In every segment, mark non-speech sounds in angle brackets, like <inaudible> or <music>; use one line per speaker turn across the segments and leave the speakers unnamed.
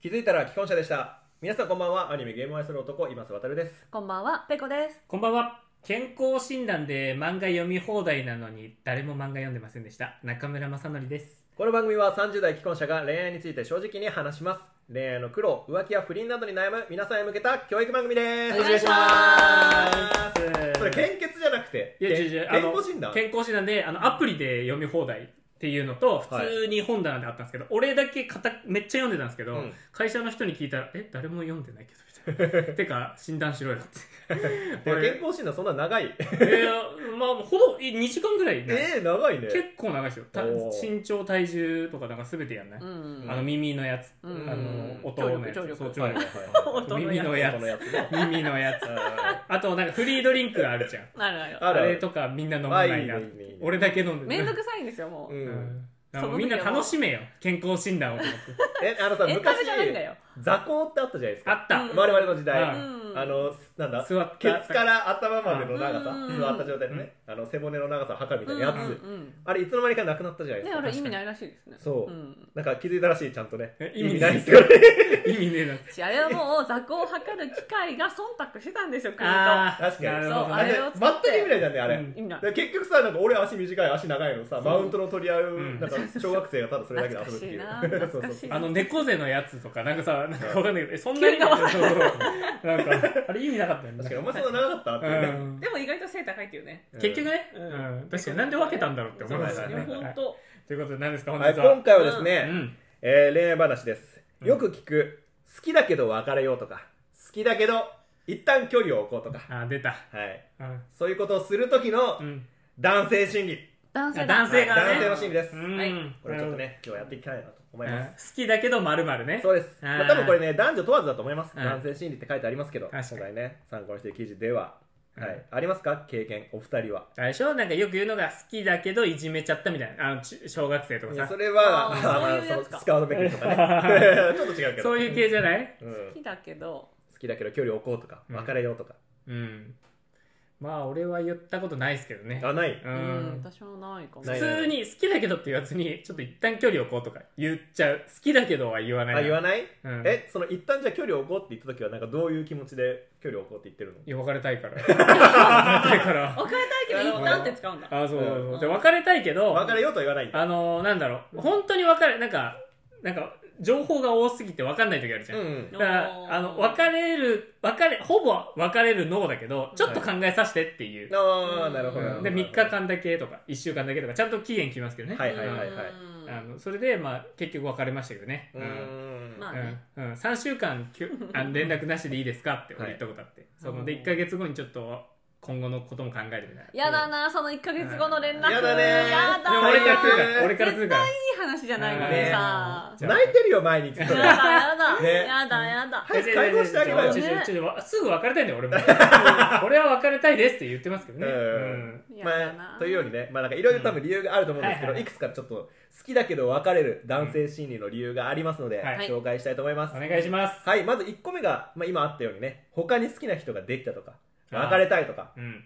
気づいたら既婚者でした皆さんこんばんはアニメゲームを愛する男今瀬渡です
こんばんは、ペコです。
こんばんは。健康診断で漫画読み放題なのに誰も漫画読んでませんでした。中村正則です。
この番組は30代既婚者が恋愛について正直に話します恋愛の苦労浮気や不倫などに悩む皆さんへ向けた教育番組です
お願いしま
それ献血じゃなくて
いや違う違うあ
健
の
康診断
健康診断であのアプリで読み放題っていうのと普通に本棚であったんですけど、俺だけ片めっちゃ読んでたんですけど、
うん
会社の人に聞いたら「え誰も読んでないけど」みた
<laughs>
いな「てか診断しろよ」って俺
健康診断そんな長い
いやまあほぼ2時間ぐらい、ね、
えー、長いね
結構長いですよた
おー
身長体重とかなんか全てやんない、
ん
あの耳のやつ、
うん
あの音のやつ
聴力聴力
そう聴
はい <laughs>
力
はい
音のやつ
耳のや
このやつね
つ耳のやつ <laughs> あとなんかフリードリンクあるじゃん
あるある。
あ
あ
るある
れとかみんな飲まないな
あいいねいいねいいね
俺だけ飲んでる
めんどくさいんですよ、も
う
う。
ん
うん
その時は
みんな楽しめよ健康診断をと思って
えあのさ
エンタメ
昔
じゃないんだよ。
座高ってあったじゃないです
あ
か
った、
うん
我々の時代
う
う
あ
ん。
のなんだ
座った
ケツから頭までの長さ
うん
座った状態でねあの背骨の長さを測るみたいなや
うん
つ
うん
あれいつの間にかなくなったじゃな
う
い
ん。
で
ね、
す
あ
か
れ意味ないらしいですね。。
そうんなんか気づいたらしいちゃんとね
え
意
意
味
味
な
ないい
ですよね
意味ねえな
私あれはもう、雑魚を測る機械が忖度してたんですよ、国と。
あー
確かに
なるほど
あ
ね
れを使って
全く意味ないじゃんねあれ
う
だ
ん
意味ない
か。ら結局さなんか俺足短い足長いのさ
う
マウントの取り合う
うん
なんか小学生がただそれだけで遊ぶっていう
懐かしい
<laughs> そ
な
うそう
懐か
そ
し
う
い
あの猫背のやつとかなんかさなんかわかんないけどえそんなに
急に
そうそうなんかあれ意味なかったよね
確かにお前そんな長かったっていう
う
ね
ん
でも意外と背高いっていうね。
うん
結局ね、
う
うんん、確かになんで分けたんだろうって思いました
そう
ね。
ですよ
は
本
い
当。
ということで何ですか本
はい
日
今
は、
回はです
う
ね
ん、
えー恋愛話です
うん
よく聞く好きだけど別れようとか好きだけど一旦距離を置こうとか
あ出た、
はい
うん
そういうことをする時の
うん
男性心理
男性だ。
男性がね
はい男性の心理です、
うん
はい
これちょっとね今日やっていきたいなと思
う
い
ん
ま
好
す、
きだけどまるまるね
そうです、
あー
まあ、多分これね男女問わずだと思います、
うん
男性心理って書いてありますけど
確かに
今回ね参考にしている記事では、
うん
はい、ありますか経験お二人は
あれでしょなんかよく言うのが好きだけどいじめちゃったみたいなあのち小学生とか
いや
さ
そ
そ
れは
あー
まあ
そういうやつか
スカウトめくりと
<laughs>
かね <laughs> ちょっと違うけど
ういう系じゃない
うん
好きだけど、
好きだけど距離を置こうとか
うん
別れようとか、
うんまあ俺は言ったことないですけどね
あない
うん
うん、私もないかも。
ない
普通に好きだけどって言わずにちょっと一旦距離を置こうとか言っちゃう好きだけどは言わない
あ言わ
な
ない、
い、うん、
えその一旦じゃあ距離を置こうって言った時はなんかどういう気持ちで距離を置こうって言ってるの
いや別れたいから
<laughs>
別れたいから
お別れたいけど、一旦って使うんだ。
あそうそうそう、
うん
で別れたいけど
別れようとは言わないんだ
あのー、なんだろう本当に別れなんかなんか情報が多すぎて分かんない時あるじゃん、
うん
だから
おー
あの別れる別れほぼ別れる脳だけどちょっと考えさせてっていう、
ああなるほどなるほど
で3日間だけとか1週間だけとかちゃんと期限きますけどね、
はいはいはいはい
うん
あのそれで、まあ、結局別れましたけどね、
う
うん
ん
まあ
うんうん、3週間きゅ
<laughs>
あの連絡なしでいいですかって俺
はい
言ったことあって、その
お
で
ー
1か月後にちょっと今後のことも考えるみたいな
やだな、その1ヶ月後の連絡。
やだね
やだ
でも
な
俺から
最
する
悪
から俺からするから
いい話じゃないのにさ。
じゃあ
泣いてるよ
<laughs>
毎日そ
や
れ
だやだ、
ね
やだやだ。
早く解放してあげろよ
ちょちょ
ね
ちょちょすぐ別れたいんだよ
<laughs>
俺も俺は別れたいですって言ってますけどね、
うん
やだ
ま
な
あ、というようにね、まあ、なんかいろいろ多分理由があると思うんですけど、
うんはいいはい
くつかちょっと好きだけど別れる男性心理の理由がありますので、
はい
紹介したいと思います、
お願いします、
はい、まず1個目が、まあ、今あったようにね他に好きな人ができたとか別れたいとか
うん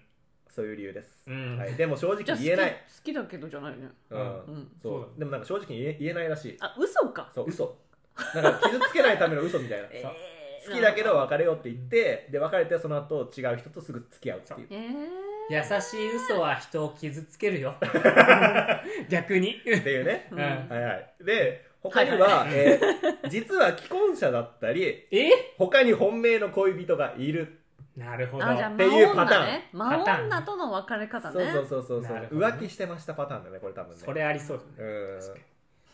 そういう理由です、
うん
はい、でも正直
じゃあ
言えない、
好き好きだけどじゃないね。
う
うんん
うん。
そう
そうだね
でもなんか正直言え言えないらしい
あ、嘘か。
そう嘘なんか傷つけないための嘘みたいな
えー
好きだけど。別れようって言ってで別れてその後違う人とすぐ付き合うっていう
えー。
優しい嘘は人を傷つけ
<laughs>
るよ逆に
っていうね
う
うんん、
はいはいで他には、えー実は既婚者だったり
え
他に本命の恋人がいる
なるほど
あ、じゃあ、
っ
魔
ていうパターン
女ね。魔
パターン
女との別れ
そ
方
う
ね。
そうそうそうそ
なる
う
ほどね
浮気してましたパターンだねこれ多分ね
それありそう
うん
確か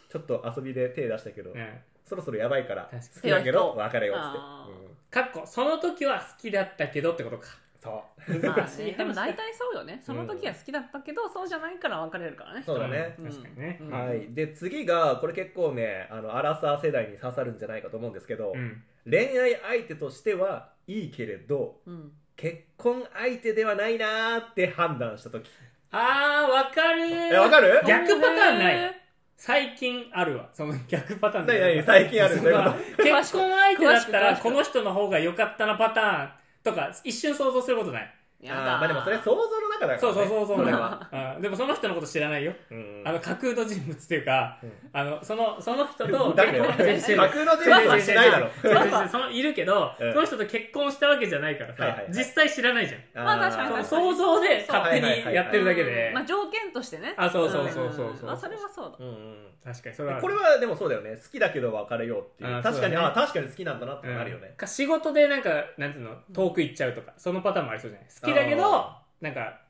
ちょっと遊びで手出したけど、
だね、
そろそろやばいから
確かに
好きだけど
手を
別れようっつ
あ
っ
ー
て、うん
うん、かっこその時は好きだったけどってことか
そう
まあね
難 <laughs> しい話
でも大体そうよね。その時は好きだったけど、そうじゃないから別れるからね。
そうだね、
ん確かにね、
うん
はい、で次がこれ結構ねあのアラサー世代に刺さるんじゃないかと思うんですけど、
うん
恋愛相手としてはいいけれど
うん。
結婚相手ではないなーって判断した時
あーわかる
えわかる
逆パターンない
へ
最近あるわその逆パターン
何何最近ある
その
どういう
結婚相手だっ
詳し
た
く詳し
ら
く
この人の方が良かったなパターンとか一瞬想像することない
や
あ
だ
ーまあでもそれ想像の中だか
そう
ら、ね、
そうそうそう
それは、
はでもその人のこと知らないよ
うん
あの架空の人物っていうか
うん
あのそのその人と
誰よ
結婚して
架
る
空の人物はしないだろ
違う違う違うそのいるけど、
うん
その人と結婚したわけじゃないからさ、
はいはいはい
実際知らないじゃん
まあ確かに
その
ー
確かに
想像で勝手
はいはいはいは
に
い
やってるだけで、
まあ条件としてね
あそうそうそうそうそうん
まあそれはそう
う
だ
んうん
確かにそれはある
これはでもそうだよね好きだけど別れようってい
あ
う
ー
確かに
そうだね
あー確かに好きなんだなって
うん
なるよね、
か仕事でなんかなんつうの遠く行っちゃうとかそのパターンもありそうじゃない好きだけど
あ
なんか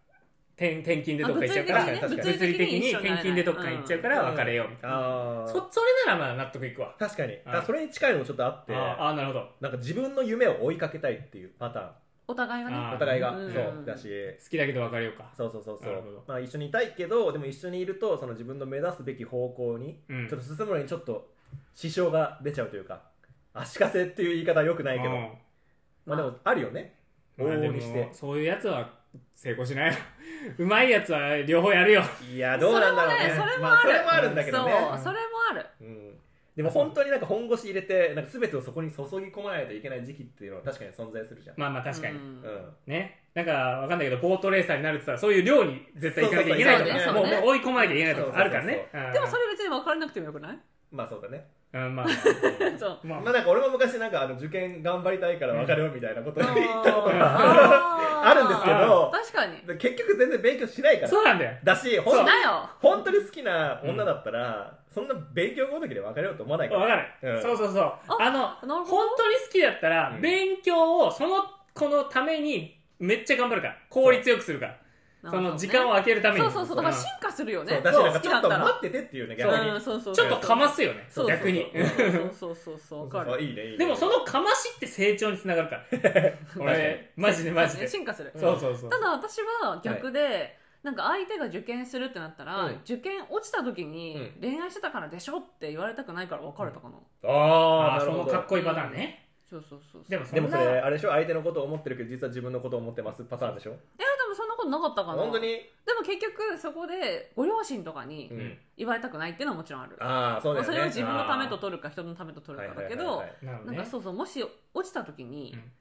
転転勤でどっか行っちゃうか
あ
ら
物理的にね
物理的
物
に
理的に一緒にならな
転
い
勤でどっか行っちゃうから別れようみたい
あ
な、
ー
そそれならまあ納得いくわ
確かに
うん
あそれに近いのもちょっとあって
ああなるほど好
なんか自分の夢を追いかけたいっていうパターン
お互いがね
あー
お互いが、
うん
そうだし
きだけど別れようか
そうそうそうそ
なるほ
う
ど、
まあ、一緒にいたいけどでも一緒にいるとその自分の目指すべき方向に
うん
ちょっと進むのにちょっと支障が出ちゃうというか足かせっていう言い方はよくないけど、
うん
まあでもあるよね往
まあで
々
も
にして
そういうやつは成功しない <laughs> うまいやつは両方やるよ
いやどうなんだろうね
それもね
まあ、そ
そ
れ
れ
も
も
あ
あ
るんだけどね
そうそれもある
うんでも本当になんか本腰入れてなんか全てをそこに注ぎ込まないといけない時期っていうのは確かに存在するじゃん、
まあまあ確かに、
うん
うん
ねなんかわかんないけどボートレーサーになるって言ったらそういう量に絶対行かなきゃいけないとか
そうそう
も
そううそうね
もう追い込まなきゃいけないとかあるから
そう
ね
でもそ
れ
れ別に別れなくてもよくない <laughs>
まあそうだね
うんまあ
そう
まあ
まあなんか俺も昔なんかあの受験頑張りたいから別れようみたいなことを言ったことが
あ
<laughs>
ー
あるんですけど
確かに
結局全然勉強しないから
そうなんだよ
だし
し
本当
なよ
本当に好きな女だったら、そんな勉強ごときで別れようと思わないか
わ
ら
かる、
うん
そうそうそうあの
なるほ
本当に好きだったら、
うん
勉強をその子のためにめっちゃ頑張るから効率よくするから
ど
その時間を空けるために
そうそうそうだから
ん
進化するよ
そ
ね
うだしなんか
好
ち
き
ょ
だ
っ
っ
と
た
待
ら
っててっていうね
そう
逆に、
うんそうそう
ち
そ
ょ
う
っとかますよね
そうそうそう
逆に
そうそう
そうそうそうそう
そう
わか
そう
る
いいねいいね
でもそのかましって成長につながるから
<laughs>
俺マジでマジで
進化する
ん
そうそうそう
ただ私は逆で、なんか相手が受験するってなったら、
うん
受験落ちた時に
う
恋愛してたからでしょって言われたくないから別れたかな、
あ
あ
あ
あ
な
そ
る
の
ほ
かっ
ど
こいいパターンね
そうそうそうそう
でもそん
で
な
もそれあれでしょ相手のことを思ってるけど実は自分のことを思ってますパターンでしょ
いやでもそんなことなかったかな
本当に、
でも結局そこでご両親とかに
う
うん
ん、
言われたくないっていうのはもちろんある、
ああそうだよね
それを自分のためと取るか人のためと取
はい
る
は
か
いはいは
だ
い
けど
なるほ
な
ど
ん
ね
かそうそうもし落ちた時に、
うん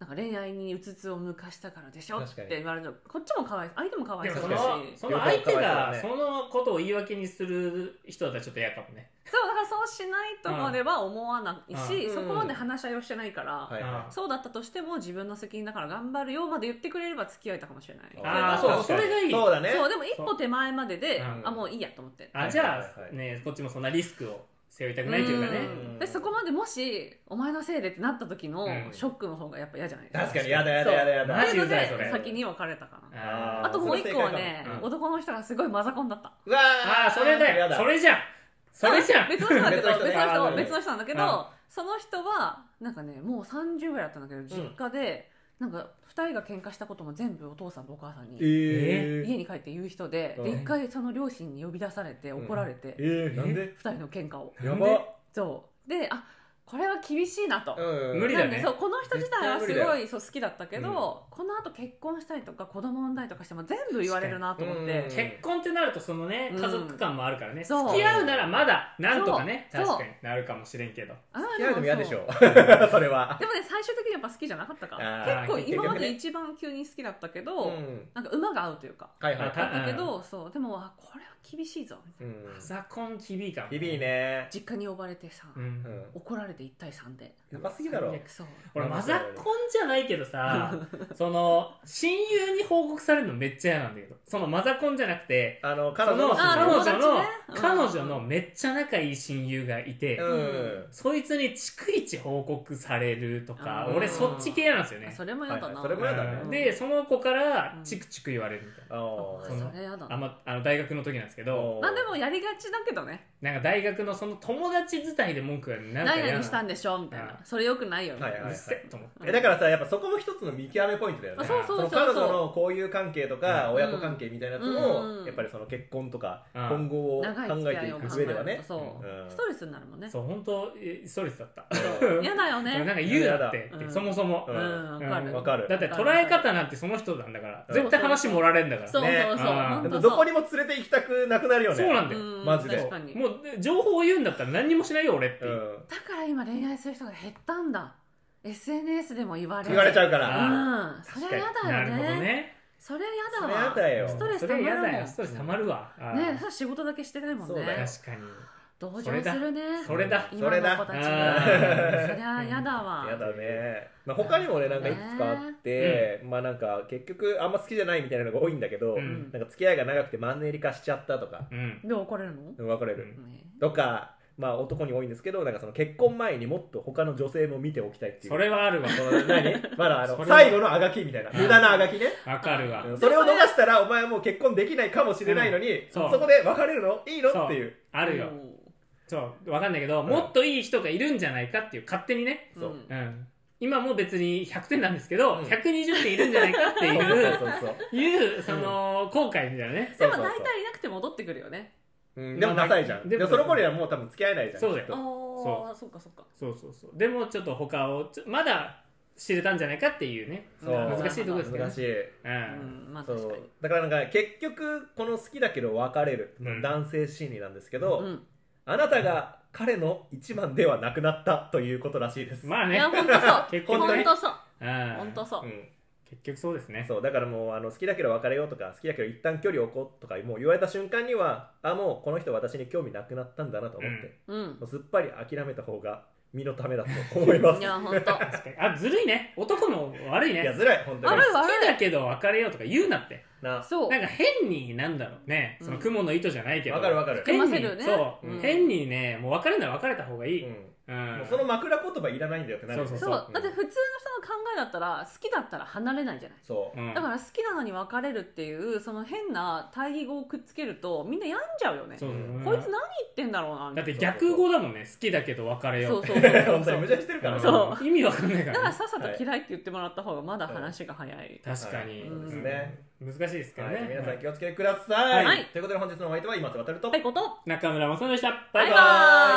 なんか恋愛にうつつを抜かしたからでしょっ
確か
て
に
言われるとこっちもかわい相手もかわ
で
い
も
そ
そう
だ
の
し
その相手
両方かわ
が
い
そ
そう
のことを言い訳にする人だったらちょっと嫌かもね
そうだからそうしないとまでは思わないし、
うん
そこまで話し合いをしてないから、
はいはい
そうだったとしても自分の責任だから頑張るよまで言ってくれれば付き合えたかもしれない
ああ
それ
そ
は
うそれがいい
そうだね
そうでも一歩手前までで、
うん
あもういいやと思って、
は
あ
い
じゃ
はいはい
あねこっちもそんなリスクを背負いたくないというかね
うん
でそこまでもしお前のせいでってなった時の
うん
ショックの方がやっぱ嫌じゃないです
確
か、
かにやだやだやだやだ
マ
な
ジ
の
うざいそ
で
れ
先に別れたかな
あー
あともう一個はね
それ正解かも、
うん
男の人がすごいマザコンだった
うわ
ああそれだ
や
よそれじゃんそれじゃん
あ別の人なんだけど別
<laughs> 別の
の
人ねあ
人別の人なんだけ
うん
どその人はなんかねもう30ぐらいだったんだけど実家で、なんか2人が喧嘩したことも全部お父さんとお母さん
え
に
ー、
家に帰って言う人で
うん
で一回その両親に呼び出されて怒られて、
えー、なんで
2人の喧嘩を
や
なん
ば
そうであこれは厳しいなと、
うん
無理だ
な
よ
ん
ね
でそうこの人自体は
絶対無理
す
だよ
ごいそう好きだったけど、
うん
このあと結婚したりとか子供産んだりとかしても全部言われるなと思っ
確かに
て
うん。
結婚ってなるとそのね
うん
家族感もあるからね、
そう
付き合うならまだなんとかね
そう
確かになるかもしれんけど
あ
いやでも嫌でし
そう
ょ <laughs> それは
でもね最終的にやっぱ好きじゃなかったか
あ
ら
ー
結構
結局ね
今まで一番急に好きだったけど、
うん
なんか馬が合うというか
はいはい
あた
だけど、そうでもあこれは厳しいぞみたい
うん
パザコン厳いかも
響いね
な実家に呼ばれてさ、
うん
うん
怒られて1対3で
やばすぎだろ
そう
俺マザコンじゃないけど
<laughs>
さその親友に報告されるのめっちゃ嫌なんだけどそのマザコンじゃなくて
あの
そ
彼女
の
の
あ
彼
友
女
達ね
の、
うん
彼女のめっちゃ仲いい親友がいて、
うん
そいつに逐一報告されるとか、
うん
俺そっち系なんですよ
あ
ね、
それも嫌だな、
はいはいそれも嫌だね
う
う
んん
でその子から
うん
チクチク言われるみたいな、
あ
あ
ー
それ嫌だ
あ
なん
まあの大学の時なんですけど、
まあでもやりがちだけどね
なんか大学のその友達自体で文句がなんか
何
嫌な
々したんでしょみたいな、
う
それよくないよみたいな、
はいはいう
っせえと思って、
えだからさやっぱそこも一つの見極めポイントだよね
あそうそうそう
の彼女の交友関係とか
うん
親子関係みたいなやつ
うん
も
うん
やっぱりその結婚とか
うん
今後を考
長い付
え
き合
てい
いを考
く
え
上
る
では
と
ね
そう、
うん
ストレスになるもんね
そう本当えストレスだった
そう
嫌だよ
なん
ね
か言うだって
やだ
ってそもそも
う、んわか
う
る
ん
わかる
だって捉え方なんてその人なんだから、
うん
絶対話盛られるんだから
そうそう
ね
そう、
あー
ほん
で
とそ
も
う
どこにも連れて行きたくなくなるよね
そうなん
だ
だよ、
うん
マジで
確かに
もう情報を言うんだったら何にもしないよ俺っていう、
だから今恋愛する人が減ったんだ SNS でも言われる
言われちゃうか
う
ら
んそれやだ
な
よ
るほ
ね
どね
それや
そ
だ
れ
わ
やだよ
ストレス
それやだよス
ス
トレスたまるわあー
ねそれ仕事だけしてないもん
そうだ
ね
よ
確かに
同情す
それだ
るね
それだ
今の子たちが
それだ
そりゃやだわ
やだね、まあ、他にもねなんかいくつかあって、まあなんか結局あんま好きじゃないみたいなのが多いんだけど、
うん
なんか付き合いが長くてマンネリ化しちゃったとか、
うん
で怒れるの
うん、別れる、
うん
ね
とかまあ男に多いんですけどなんかその結婚前にもっと他の女性も見ておきたいっていう
それはあるわ <laughs>
その何まだあ
そ
の
れは
最後のあがきみたいな
うん
無駄なあがきね
わかるわ
うんそれを逃したらお前はもう結婚できないかもしれないのに、
んそ
そうこで別れるのいいの
そう
っていう
あるよそうわかんないけど
ん
もっといい人がいるんじゃないかっていう勝手にね
うん
そう
うん
うん今もう別に100点なんですけど
うん
120点いるんじゃないかって
そうそ
い
う
う
そうそう
いうその後悔みたいなね
でも
そうそう
大
そう
体いなくて戻ってくるよね
うんでもダサいじゃん
で
で
も
もその頃にはもう多分付き合えないじゃん
そうだよ
き
あ
っと
あそっかそっか
そうそうそうでもちょっと他をちょまだ知れたんじゃないかっていうね
そう
難しいとこですけど
難
ね
しい、
う
うんんまあ
そ
確か
う
に
だからなんか結局この好きだけど別れる、
うん
男性心理なんですけど、
うん
あなたが彼の一番ではなくなったということらしいです、
まあ
い
ね
や本当そう
結
婚
本
ね、
当そう
うん
本当そううん
結局そうですね
そうだからもうあの好きだけど別れようとか好きだけど一旦距離を置こうとかもう言われた瞬間にはあもうこの人私に興味なくなったんだなと思って、
うん
もうすっぱり諦めた方が身のためだと思います
いや本当
確かにあずるいね男も悪い
いや
ね
ずらい本当
あ
に
れ
好きだけど別れようとか言うなって
な
そう
なんか変になんだろうねその
うん
雲の糸じゃないけど
わかるわかる、
含ませるよね
変にそう、
うん
変にねもう別れるなら別れた方がいい、
う
うん
ん、もうその枕言葉いらないんだよってなる
そう
そうだって
ん
普通の人の考えだったら好きだったら離れないじゃない
そう
うん
だから好きなのに別れるっていうその変な対義語をくっつけるとみんな病んじゃうよね
そうそうそ
こ
う
いつ何言ってんだろうなみた
だっ
い
て逆語だもんね好きだけど別れ
なそ
よう
う
って
そうそうそ
<laughs>
う
本当に無茶してるからね
そう
うん意味わかんないか
だからら
ね
さっさと嫌いって言ってもらった方がまだ話が早い
確かに、
はい
そうです
ね
うん難しいですけどね、
はい、皆さん気をつけてください、
はい
ということで本日のお相手は今津渡ると
はいこと
中村正人でした
バ
バ
イ
イ
バ
バ